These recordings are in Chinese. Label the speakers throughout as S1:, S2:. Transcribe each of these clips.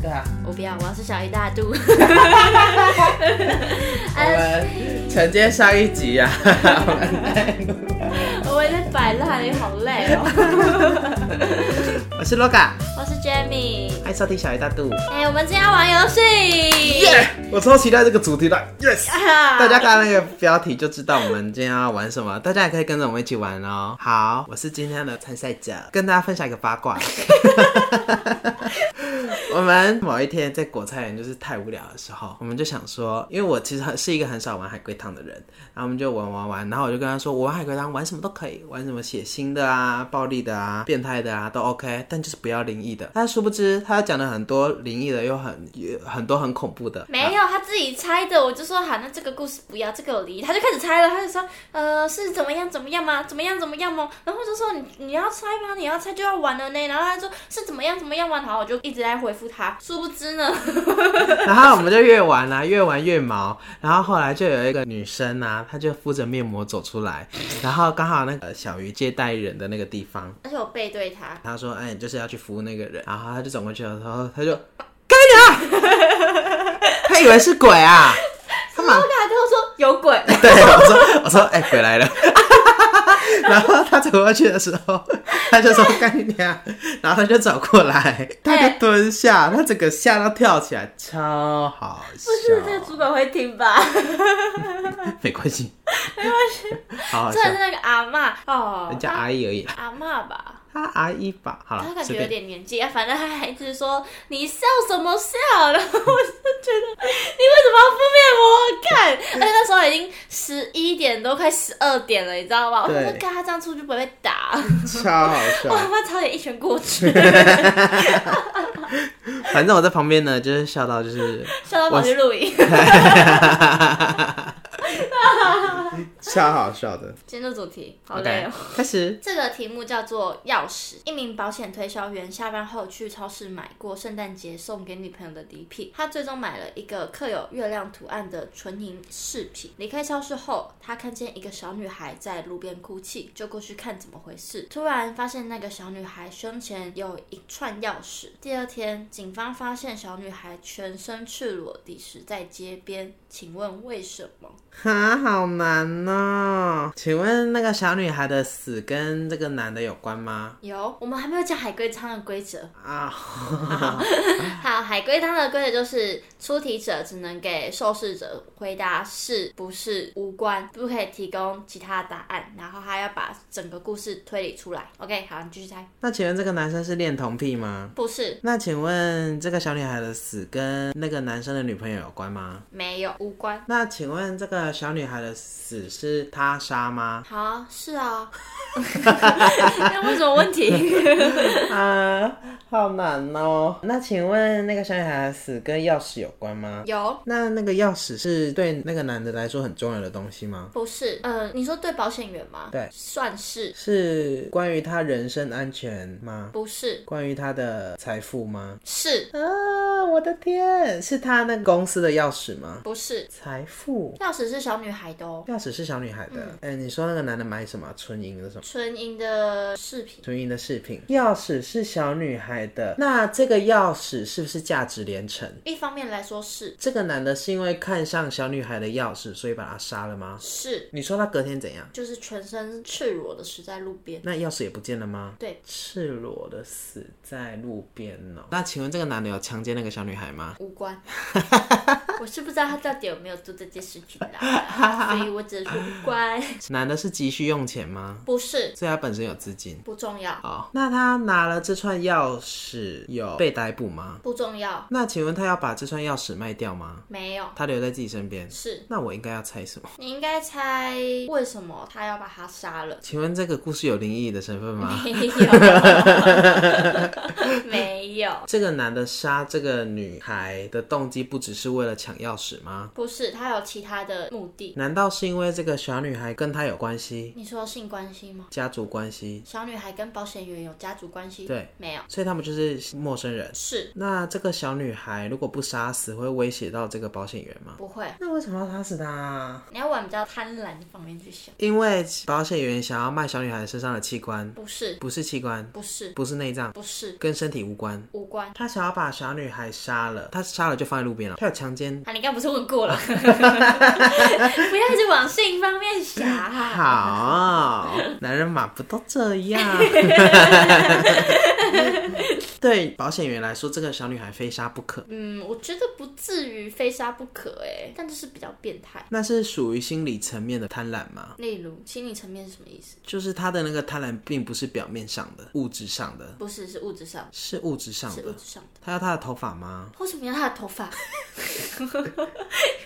S1: 对啊，
S2: 我不要，我要吃小鱼大 肚。哎
S1: 我们承接上一集啊， 我们来录
S2: 我也在摆烂，也好累哦。
S1: 我是 LOGA，
S2: 我是 Jamie，
S1: 欢迎收听小鱼大肚。
S2: 哎、我们今天要玩游戏。
S1: 耶！我超期待这个主题的，yes！
S2: 啊
S1: 大家看那个标题就知道我们今天要玩什么，大家也可以跟着我们一起玩哦。好，我是今天的参赛者，跟大家分享一个八卦。我们某一天在果菜园就是太无聊的时候，我们就想说，因为我其实很是一个很少玩海龟汤的人，然后我们就玩玩玩，然后我就跟他说，我玩海龟汤玩什么都可以，玩什么血腥的啊、暴力的啊、变态的啊都 OK，但就是不要灵异的。但殊不知他讲了很多灵异的，又很也很多很恐怖的，
S2: 没有，他自己猜的，我就说好，那这个故事不要，这个有离，他就开始猜了，他就说，呃，是怎么样怎么样吗？怎么样怎么样吗？然后我就说你你要猜吗？你要猜就要玩了呢。然后他说是怎么样怎么样吗？然后我就一直在回复他，殊不知呢，
S1: 然后我们就越玩啊，越玩越毛。然后后来就有一个女生啊，她就敷着面膜走出来，然后刚好那个小鱼接待人的那个地方，
S2: 而且我背对他，
S1: 她说：“哎，你就是要去服务那个人。”然后她就转过去的时候，她就干你啊！ 她以为是鬼啊！她马
S2: 然后他跟我说有鬼，
S1: 对我说：“我说哎、鬼来了。” 然后她走过去的时候，她就说：“干你啊！”然后她就走过来，她
S2: 哎
S1: 就蹲下，她整个吓到跳起来，超好笑。
S2: 不是这个主管会听吧？
S1: 没关 系， 没关系，好好
S2: 这
S1: 笑，
S2: 是那个阿嬷哦，
S1: 人家阿姨而已啦，
S2: 阿嬷吧，
S1: 他阿姨吧，好
S2: 她
S1: 了，
S2: 感
S1: 随
S2: 觉有
S1: 便。
S2: 点年纪，啊，反正她还一直说你笑什么笑， 然后我就觉得你为什么要敷面膜？看，而且那时候已经十一点多，快十二点了，你知道吧？我
S1: 对
S2: 想说，看她这样出去不会被打，
S1: 超好
S2: 我
S1: 笑。
S2: 他妈差点一拳 过去，
S1: 反正我在旁边呢，就是笑到就是
S2: 笑到跑去录影。
S1: 超好笑的。
S2: 今天的主题好累
S1: OK，
S2: 哦。
S1: 开始。
S2: 这个题目叫做“钥匙”。一名保险推销员下班后去超市买过圣诞节送给女朋友的礼品，他最终买了一个刻有月亮图案的纯银饰品。离开超市后，他看见一个小女孩在路边哭泣，就过去看怎么回事。突然发现那个小女孩胸前有一串钥匙。第二天，警方发现小女孩全身赤裸地死在街边，请问为什么？
S1: 哈，好难哦。请问那个小女孩的死跟这个男的有关吗？
S2: 有，我们还没有讲海龟汤的规则。
S1: 啊，
S2: 好，海龟汤的规则就是出题者只能给受试者回答是不是无关，不可以提供其他答案，然后还要把整个故事推理出来。OK，好，你继续猜，
S1: 那请问这个男生是恋童癖吗？
S2: 不是
S1: 那请问这个小女孩的死跟那个男生的女朋友有关吗？
S2: 没有无关。
S1: 那请问这个小女孩的死是他杀吗？
S2: 好，是 啊，那问什么问题？
S1: 啊，好难哦。那请问那个小女孩的死跟钥匙有关吗？
S2: 有。
S1: 那那个钥匙是对那个男的来说很重要的东西吗？
S2: 不是，呃，你说对保险员吗？
S1: 对
S2: 算是，
S1: 是关于他人身安全吗？
S2: 不是，
S1: 关于他的财富吗？
S2: 是
S1: 啊，我的天，是他那公司的钥匙吗？
S2: 不是？
S1: 财富
S2: 钥匙是小女孩的哦，
S1: 钥匙是小女孩的。哎、你说那个男的买什么？纯银的什么？
S2: 纯银的饰品，
S1: 纯银的饰品。钥匙是小女孩的，那这个钥匙是不是价值连城？
S2: 一方面来说是
S1: 这个男的是因为看上小女孩的钥匙，所以把她杀了吗？
S2: 是，
S1: 你说他隔天怎样？
S2: 就是全身赤裸的死在路边。
S1: 那钥匙也不见了吗？
S2: 对，
S1: 赤裸的死在路边哦。那请问这个男的有强奸那个小女孩吗？
S2: 无关，我是不知道他到底有没有做这件事情啦，所以我只是说无关，
S1: 男的是急需用钱吗？
S2: 不是
S1: 所以他本身有资金。
S2: 不重要，
S1: 哦，那他拿了这串钥匙有被逮捕吗？
S2: 不重要，
S1: 那请问他要把这串钥匙卖掉吗？
S2: 没有，
S1: 他留在自己身边？
S2: 是
S1: 那我应该要猜什么？
S2: 你应该猜为什么他要把他杀了？
S1: 请问这个故事有灵异的成分吗？
S2: 没有，没有，
S1: 这个男的杀这个女孩的动机不只是为了抢钥匙吗？
S2: 不是，他有其他的目的。
S1: 难道是因为这个小女孩跟他有关系，
S2: 你说性关系吗？
S1: 家族关系？
S2: 小女孩跟保险员有家族关系？
S1: 对，
S2: 没有。
S1: 所以他们就是陌生人。
S2: 是
S1: 那这个小女孩如果不杀死，会威胁到这个保险员吗？
S2: 不会，
S1: 那为什么要杀死她？
S2: 你要往比较贪婪的方面去想。
S1: 因为保险员想要卖小女孩身上的器官，
S2: 不是，
S1: 不是器官，
S2: 不是，
S1: 不是内脏，
S2: 不是，
S1: 跟身体无关。
S2: 无关。
S1: 他想要把小女孩杀了，他杀了就放在路边了。他有强奸。
S2: 啊，你刚不是问过了？ 不要一直往性方面想啊。
S1: 好，男人嘛不都这样？对保险员来说，这个小女孩非杀不可，
S2: 嗯，我觉得不至于非杀不可哎、但就是比较变态。
S1: 那是属于心理层面的贪婪吗？
S2: 例如，心理层面是什么意思？
S1: 就是他的那个贪婪，并不是表面上的、物质上的，
S2: 不是，是物质上，
S1: 是物质上
S2: 是物
S1: 的
S2: 质。上的。
S1: 他要他的头发吗？
S2: 为什么要他的头发？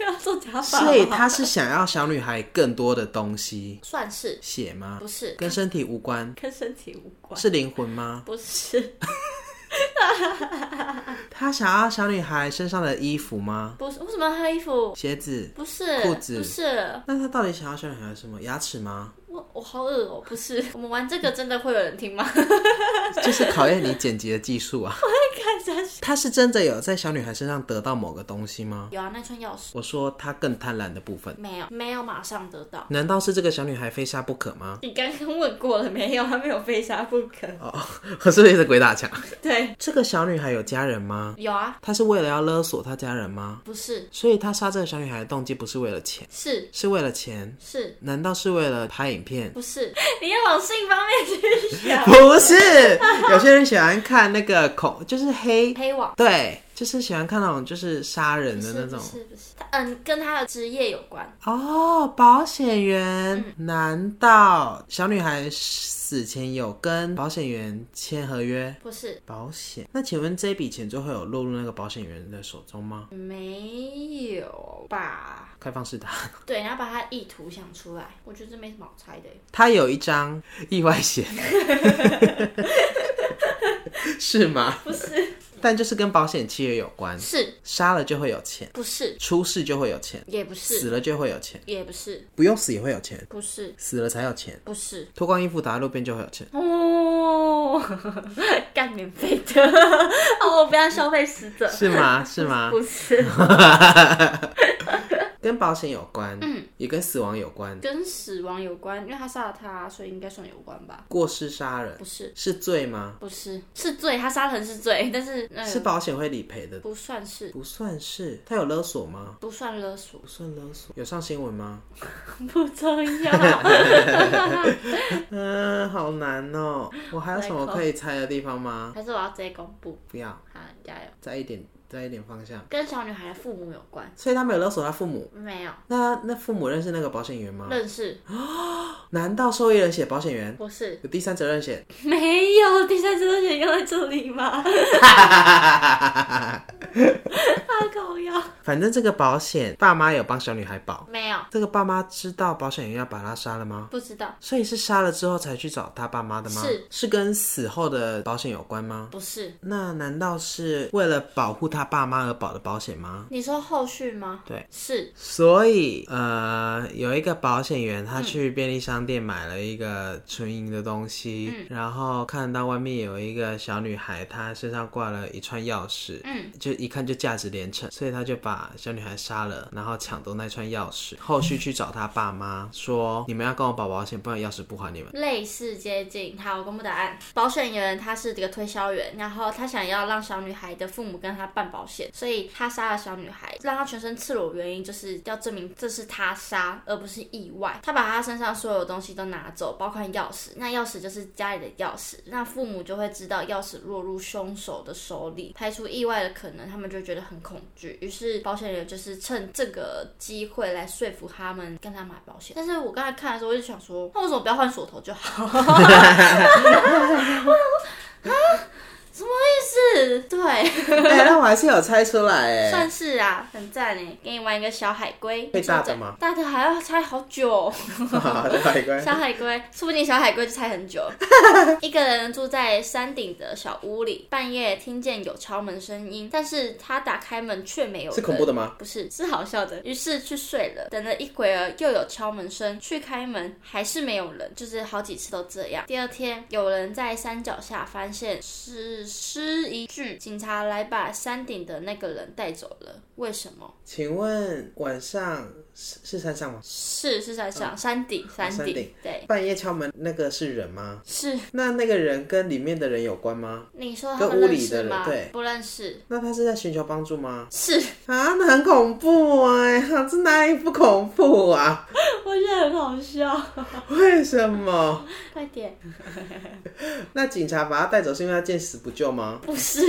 S2: 又要做假发？
S1: 所以他是想要小女孩更多的东西，
S2: 算是
S1: 血吗？
S2: 不是
S1: 跟身体无关，
S2: 跟身体无关？
S1: 是灵魂吗？
S2: 不是，
S1: 他想要小女孩身上的衣服吗？
S2: 不是，为什么要他的衣服？
S1: 鞋子？
S2: 不是，
S1: 裤子
S2: 不是，
S1: 那他到底想要小女孩什么？牙齿吗？
S2: 我我好恶哦、不是。 我们玩这个真的会有人听吗？
S1: 就是考验你剪辑的技术啊。
S2: 看下去。
S1: 他是真的有在小女孩身上得到某个东西吗？
S2: 有啊，那串钥匙
S1: 我说他更贪婪的部分，
S2: 没有，没有马上得到。
S1: 难道是这个小女孩非杀不可吗？
S2: 你刚刚问过了没有？他没有非杀不可。
S1: 哦我是不是一直鬼打墙？
S2: 对，
S1: 这个小女孩有家人吗？
S2: 有啊，
S1: 她是为了要勒索她家人吗？
S2: 不是，
S1: 所以她杀这个小女孩的动机不是为了钱，
S2: 是
S1: 是为了钱？
S2: 是，
S1: 难道是为了拍影片？
S2: 不是？ 你要往性方面去 想。
S1: 不是，有些人喜欢看那个恐，就是黑，
S2: 黑网
S1: 对，就是喜欢看那种就是杀人
S2: 不
S1: 的
S2: 是
S1: 那
S2: 不
S1: 种。
S2: 是不是，他嗯，跟他的职业有关。
S1: 哦，保险员，
S2: 嗯
S1: 难道小女孩死前有跟保险员签合约？
S2: 不是，
S1: 保险？那请问这笔钱最后有落入那个保险员的手中吗？
S2: 没有吧？
S1: 开放式答案，
S2: 对，然后把他意图想出来，我觉得这没什么好猜的。
S1: 他有一张意外 险， 是吗？
S2: 不是，
S1: 但就是跟保险契约有关，
S2: 是
S1: 杀了就会有钱，
S2: 不是？
S1: 出事就会有钱，
S2: 也不是，
S1: 死了就会有钱，
S2: 也不是，
S1: 不用死也会有钱，
S2: 不是，
S1: 死了才有钱，
S2: 不是。
S1: 脱光衣服打在路边就会有钱。
S2: 哦， 干免费的 哦，不要消费死者，
S1: 是吗？是吗？
S2: 不是
S1: 跟保险有关，嗯，也跟死亡有关，
S2: 跟死亡有关，因为他杀了他，所以应该算有关吧？
S1: 过失杀人
S2: 不是，
S1: 是罪吗？
S2: 不是，是罪，他杀人是罪， 但是那
S1: 是
S2: 个
S1: 保险会理赔的，
S2: 不算是，
S1: 不算是。他有勒索吗？
S2: 不算勒索，
S1: 不算勒索，有上新闻吗？
S2: 不重 要。
S1: 嗯，好难哦。我还有什么可以猜的地方吗？
S2: 还是我要直接公布，
S1: 不要，
S2: 好，加油。
S1: 再一点，再一点方向。
S2: 跟小女孩的父母有关，
S1: 所以他没有勒索他父母。
S2: 没有
S1: 那那父母认识那个保险员吗？
S2: 认识，
S1: 难道受益人写保险员
S2: 不是
S1: 有第三责任险？
S2: 没有第三者选用在这里吗？大狗要
S1: 反正这个保险爸妈有帮小女孩保。
S2: 没有
S1: 这个爸妈知道保险员要把她杀了吗？
S2: 不知道，
S1: 所以是杀了之后才去找他爸妈的吗？
S2: 是，
S1: 是跟死后的保险有关吗？
S2: 不是。
S1: 那难道是为了保护他爸妈而保的保险吗？
S2: 你说后续吗？
S1: 对，
S2: 是
S1: 所以，呃，有一个保险员，他去便利商店买了一个纯银的东西，
S2: 嗯
S1: 然后看到外面有一个小女孩，她身上挂了一串钥匙，
S2: 嗯，
S1: 就一看就价值连城，所以他就把小女孩杀了，然后抢走那串钥匙，后续去找他爸妈说，你们要跟我保保险，不然钥匙不还你们。
S2: 类似接近。好，我公布答案。保险员他是这个推销员，然后他想要让小女孩的父母跟他办保险，所以他杀了小女孩，让她全身赤裸，原因就是要证明这是他杀，而不是意外。他把他身上所有东西都拿走，包括钥匙。那钥匙就是家里的钥匙，那父母就会知道钥匙落入凶手的手里，排除意外的可能，他们就觉得很恐惧。于是保险员就是趁这个机会来说服他们跟他买保险。但是我刚才看的时候，我就想说，那为什么不要换 啊锁头就好？什么意是，对，
S1: 哎、那我还是有猜出来 哎。
S2: 算是啊，很赞诶。给你玩一个小海龟，
S1: 会大的吗？
S2: 大的还要猜好久哦、
S1: 好，这海龟。
S2: 小海龟，说不定小海龟就猜 很久。一个人住在山顶的小屋里，半夜听见有敲门声音，但是他打开门却没有人。
S1: 是恐怖的吗？
S2: 不是，是好笑的。于是去睡了。等了一会儿，又有敲门声，去开门还是没有人，就是好几次都这样。第二天，有人在山脚下发现是尸一具，警察来把山顶的那个人带走了。为什么？
S1: 请问晚上是是山上吗？
S2: 是是在上、山顶，山
S1: 啊山顶啊
S2: 对，
S1: 半夜敲门那个是人吗？
S2: 是
S1: 那那个人跟里面的人有关吗？
S2: 你说他
S1: 跟
S2: 们
S1: 屋
S2: 认
S1: 里的
S2: 识
S1: 人
S2: 吗？
S1: 对
S2: 不 认识。
S1: 那他是在寻求帮助吗？
S2: 是，
S1: 啊，那很恐怖哎、这哪里不恐怖 啊？
S2: 我觉得很好笑。
S1: 为什么？
S2: 快点，
S1: 那警察把他带走是因为他见死不救吗？
S2: 不是，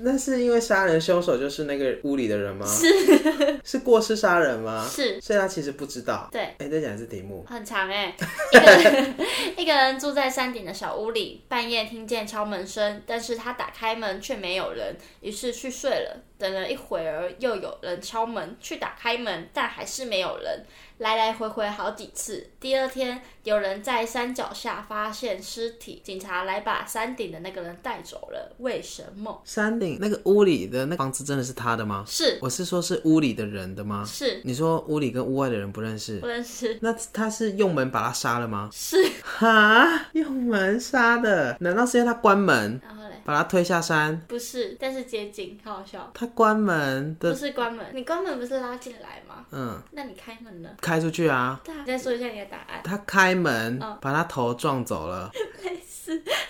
S1: 那是因为杀人凶手就是那个屋里的人吗？是是过失杀人吗？
S2: 是
S1: 所以他其实不知道。
S2: 对，
S1: 哎、再讲一次题目。
S2: 很长哎、一个人一个人住在山顶的小屋里，半夜听见敲门声，但是他打开门却没有人，于是去睡了。等了一会儿，又有人敲门，去打开门，但还是没有人。来来回回好几次。第二天，有人在山脚下发现尸体，警察来把山顶的那个人带走了。为什么？
S1: 山顶那个屋里的那房子真的是他的吗？
S2: 是
S1: 我是说，是屋里的人的吗？
S2: 是，
S1: 你说屋里跟屋外的人不认识
S2: 不，认识。
S1: 那他是用门把他杀了吗？
S2: 是，
S1: 哈，用门杀的？难道是因为他关门
S2: 然后嘞，
S1: 把他推下山？
S2: 不是，但是接近，好好笑。
S1: 他关门
S2: 不
S1: 的，
S2: 是关门，你关门不是拉进来吗？
S1: 嗯，
S2: 那你开门呢？
S1: 开出去啊。
S2: 对啊，你再说一下你的答案。
S1: 他开门
S2: 嗯
S1: 把他头撞走了，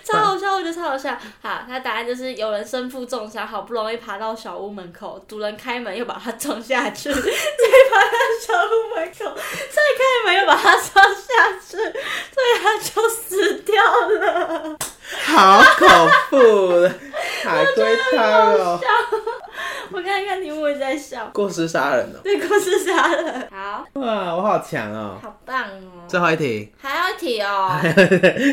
S2: 超好笑，我觉得超好笑。好，他答案就是有人身负重伤，好不容易爬到小屋门口，主人开门又把他撞下去，再 爬到小屋门口，再开门又把他撞下去，所以他就死掉了。
S1: 好恐怖的海龟汤哦，
S2: 我看看题目也在笑，
S1: 过失杀人哦，
S2: 这故事杀人。好，
S1: 哇，我好强哦！
S2: 好棒哦。
S1: 最后一题
S2: 还要一题哦，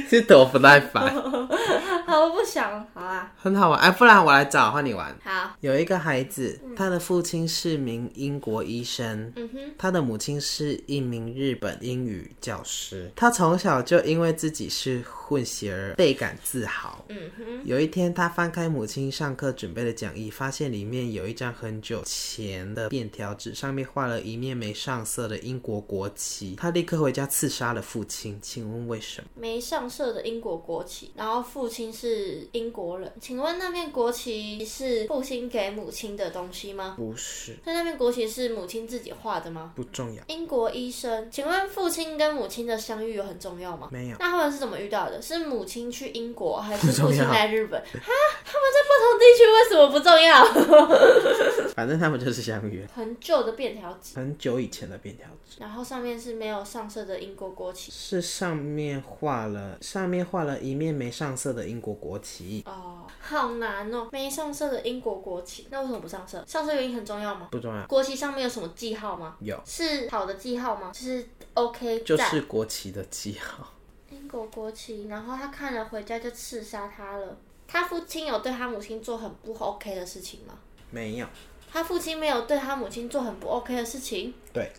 S1: 是躲不耐烦，
S2: 好，我不想，好啊，
S1: 很好玩哎，不然我来找，换你玩。
S2: 好，
S1: 有一个孩子，他的父亲是名英国医生，
S2: 嗯哼，
S1: 他的母亲是一名日本英语教师。他从小就因为自己是混血儿倍感自豪。
S2: 嗯哼，
S1: 有一天，他翻开母亲上课准备的讲义，发现里面有一张很久前的便条纸，上面画了一面没上色的英国国旗。他立刻回家刺杀了父亲。请问为什么？
S2: 没上色的英国国旗，然后父亲是英国人，请问那面国旗是父亲给母亲的东西吗？
S1: 不是，
S2: 所以那面国旗是母亲自己画的吗？
S1: 不重要，
S2: 英国医生，请问父亲跟母亲的相遇有很重要吗？
S1: 没有。
S2: 那他们是怎么遇到的？是母亲去英国，还是
S1: 不重要
S2: 父亲来日本？啊，他们在不同地区为什么不重要？
S1: 反正他们就是相遇了，
S2: 很旧的便条纸，
S1: 很久以前的便条纸。
S2: 然后上面是没有上色的英国国旗。
S1: 是上面画了上面画了一面没上色的英国国旗，
S2: 哦，好难哦！没上色的英国国旗，那为什么不上色？上色原因很重要吗？
S1: 不重要，
S2: 国旗上面有什么记号吗？
S1: 嗯有
S2: 是好的记号吗？就是 OK
S1: 就
S2: 赞
S1: 是国旗的记号。
S2: 英国国旗，然后他看了回家就刺杀他了。他父亲有对他母亲做很不 OK 的事情吗？
S1: 没有，
S2: 他父亲没有对他母亲做很不 OK 的事情。
S1: 对，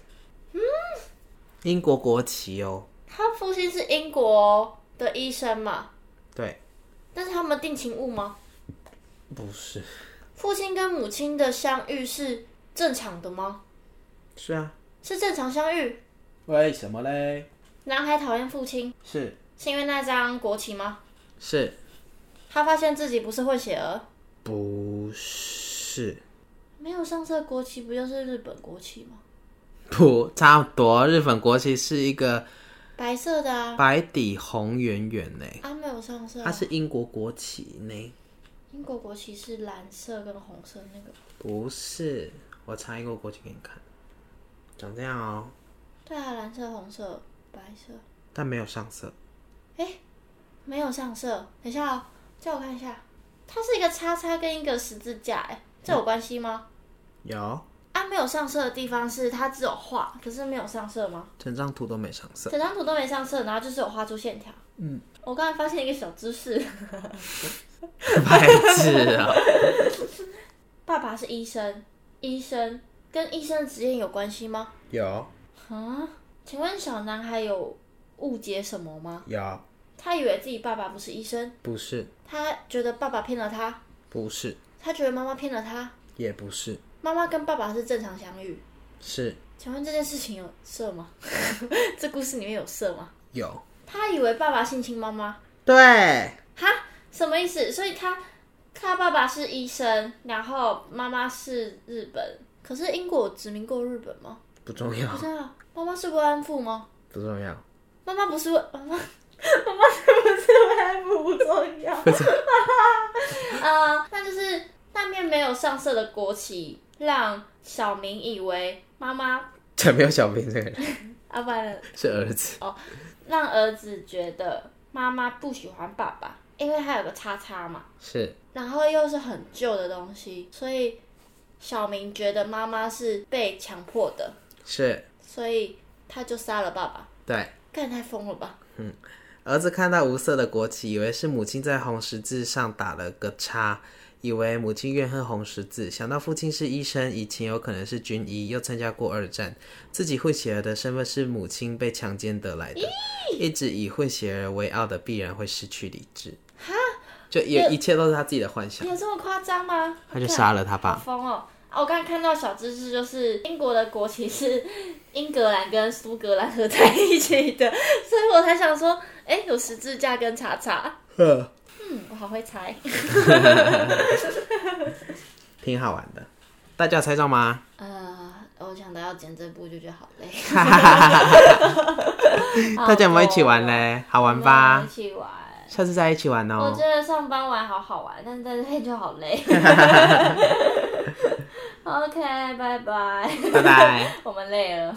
S1: 嗯，英国国旗哦，
S2: 他父亲是英国的医生嘛？
S1: 对，
S2: 但是他们定情物吗？
S1: 不是，
S2: 父亲跟母亲的相遇是正常的吗？
S1: 是啊，
S2: 是正常相遇？
S1: 为什么嘞？
S2: 男孩讨厌父亲，
S1: 是
S2: 是因为那张国旗吗？
S1: 是
S2: 他发现自己不是混血儿，
S1: 不是
S2: 没有上色国旗不就是日本国旗吗？
S1: 不差不多？日本国旗是一个
S2: 白色的啊，
S1: 白底红圆圆呢，
S2: 啊没有上色啊、
S1: 它是英国国旗呢，
S2: 英国国旗是蓝色跟红色那个。
S1: 不是，我查英国国旗给你看，长这样哦。
S2: 对啊，蓝色、红色、白色，
S1: 但没有上色。
S2: 没有上色。等一下、哦，叫我看一下，它是一个叉叉跟一个十字架、哎，这有关系吗？
S1: 有，
S2: 啊，没有上色的地方是它只有画，可是没有上色吗？
S1: 整张图都没上色。
S2: 整张图都没上色，然后就是有画出线条。嗯，我刚才发现一个小知识，
S1: 白痴啊！
S2: 爸爸是医生，医生跟医生职业有关系吗？
S1: 有
S2: 啊？请问小男孩有误解什么吗？
S1: 有，
S2: 他以为自己爸爸不是医生，
S1: 不是
S2: 他觉得爸爸骗了他，
S1: 不是
S2: 他觉得妈妈骗了他，
S1: 也不是，
S2: 妈妈跟爸爸是正常相遇。
S1: 是
S2: 请问这件事情有色吗？ 这故事里面有色吗？
S1: 有，
S2: 他以为爸爸性侵妈妈，
S1: 对
S2: 哈，什么意思？所以他他爸爸是医生，然后妈妈是日本，可是英国殖民过日本吗？
S1: 不重要
S2: 不，知道，哦妈妈是慰安妇吗？
S1: 不重要，
S2: 妈妈不是慰妈妈，妈妈是不是慰安妇不重要。 呃，那就是那面没有上色的国旗，让小明以为妈妈
S1: 这没有小兵这个人
S2: 啊，不然呢
S1: 是儿子，
S2: 让儿子觉得妈妈不喜欢爸爸，因为他有个叉叉嘛，
S1: 是
S2: 然后又是很旧的东西，所以小明觉得妈妈是被强迫的，
S1: 是，
S2: 所以他就杀了爸爸。
S1: 对。
S2: 干太疯了吧！
S1: 儿子看到无色的国旗，以为是母亲在红十字上打了个叉，以为母亲怨恨红十字。想到父亲是医生，以前有可能是军医，又参加过二战，自己混血儿的身份是母亲被强奸得 来的，一直以混血儿为傲的，必然会失去理智。就也一切都是他自己的幻想，
S2: 有这么夸张吗？
S1: 他就杀了他
S2: 好
S1: 爸。
S2: 疯哦！啊，我刚才看到小知识，就是英国的国旗是英格兰跟苏格兰合在一起的， 所以我才想说，哎、有十字架跟叉叉，
S1: 呵，
S2: 嗯，我好会猜。
S1: 挺好玩的，大家有猜中吗？
S2: 呃，我想到要剪这部就觉得好 累。
S1: 大家有没有一起玩嘞？啊好玩吧
S2: 一？起玩。
S1: 下次再一起玩
S2: 我
S1: 哦
S2: 觉。得上班玩好好玩，但在这里就好 累。OK，拜拜，
S1: 拜拜。
S2: 我们累了。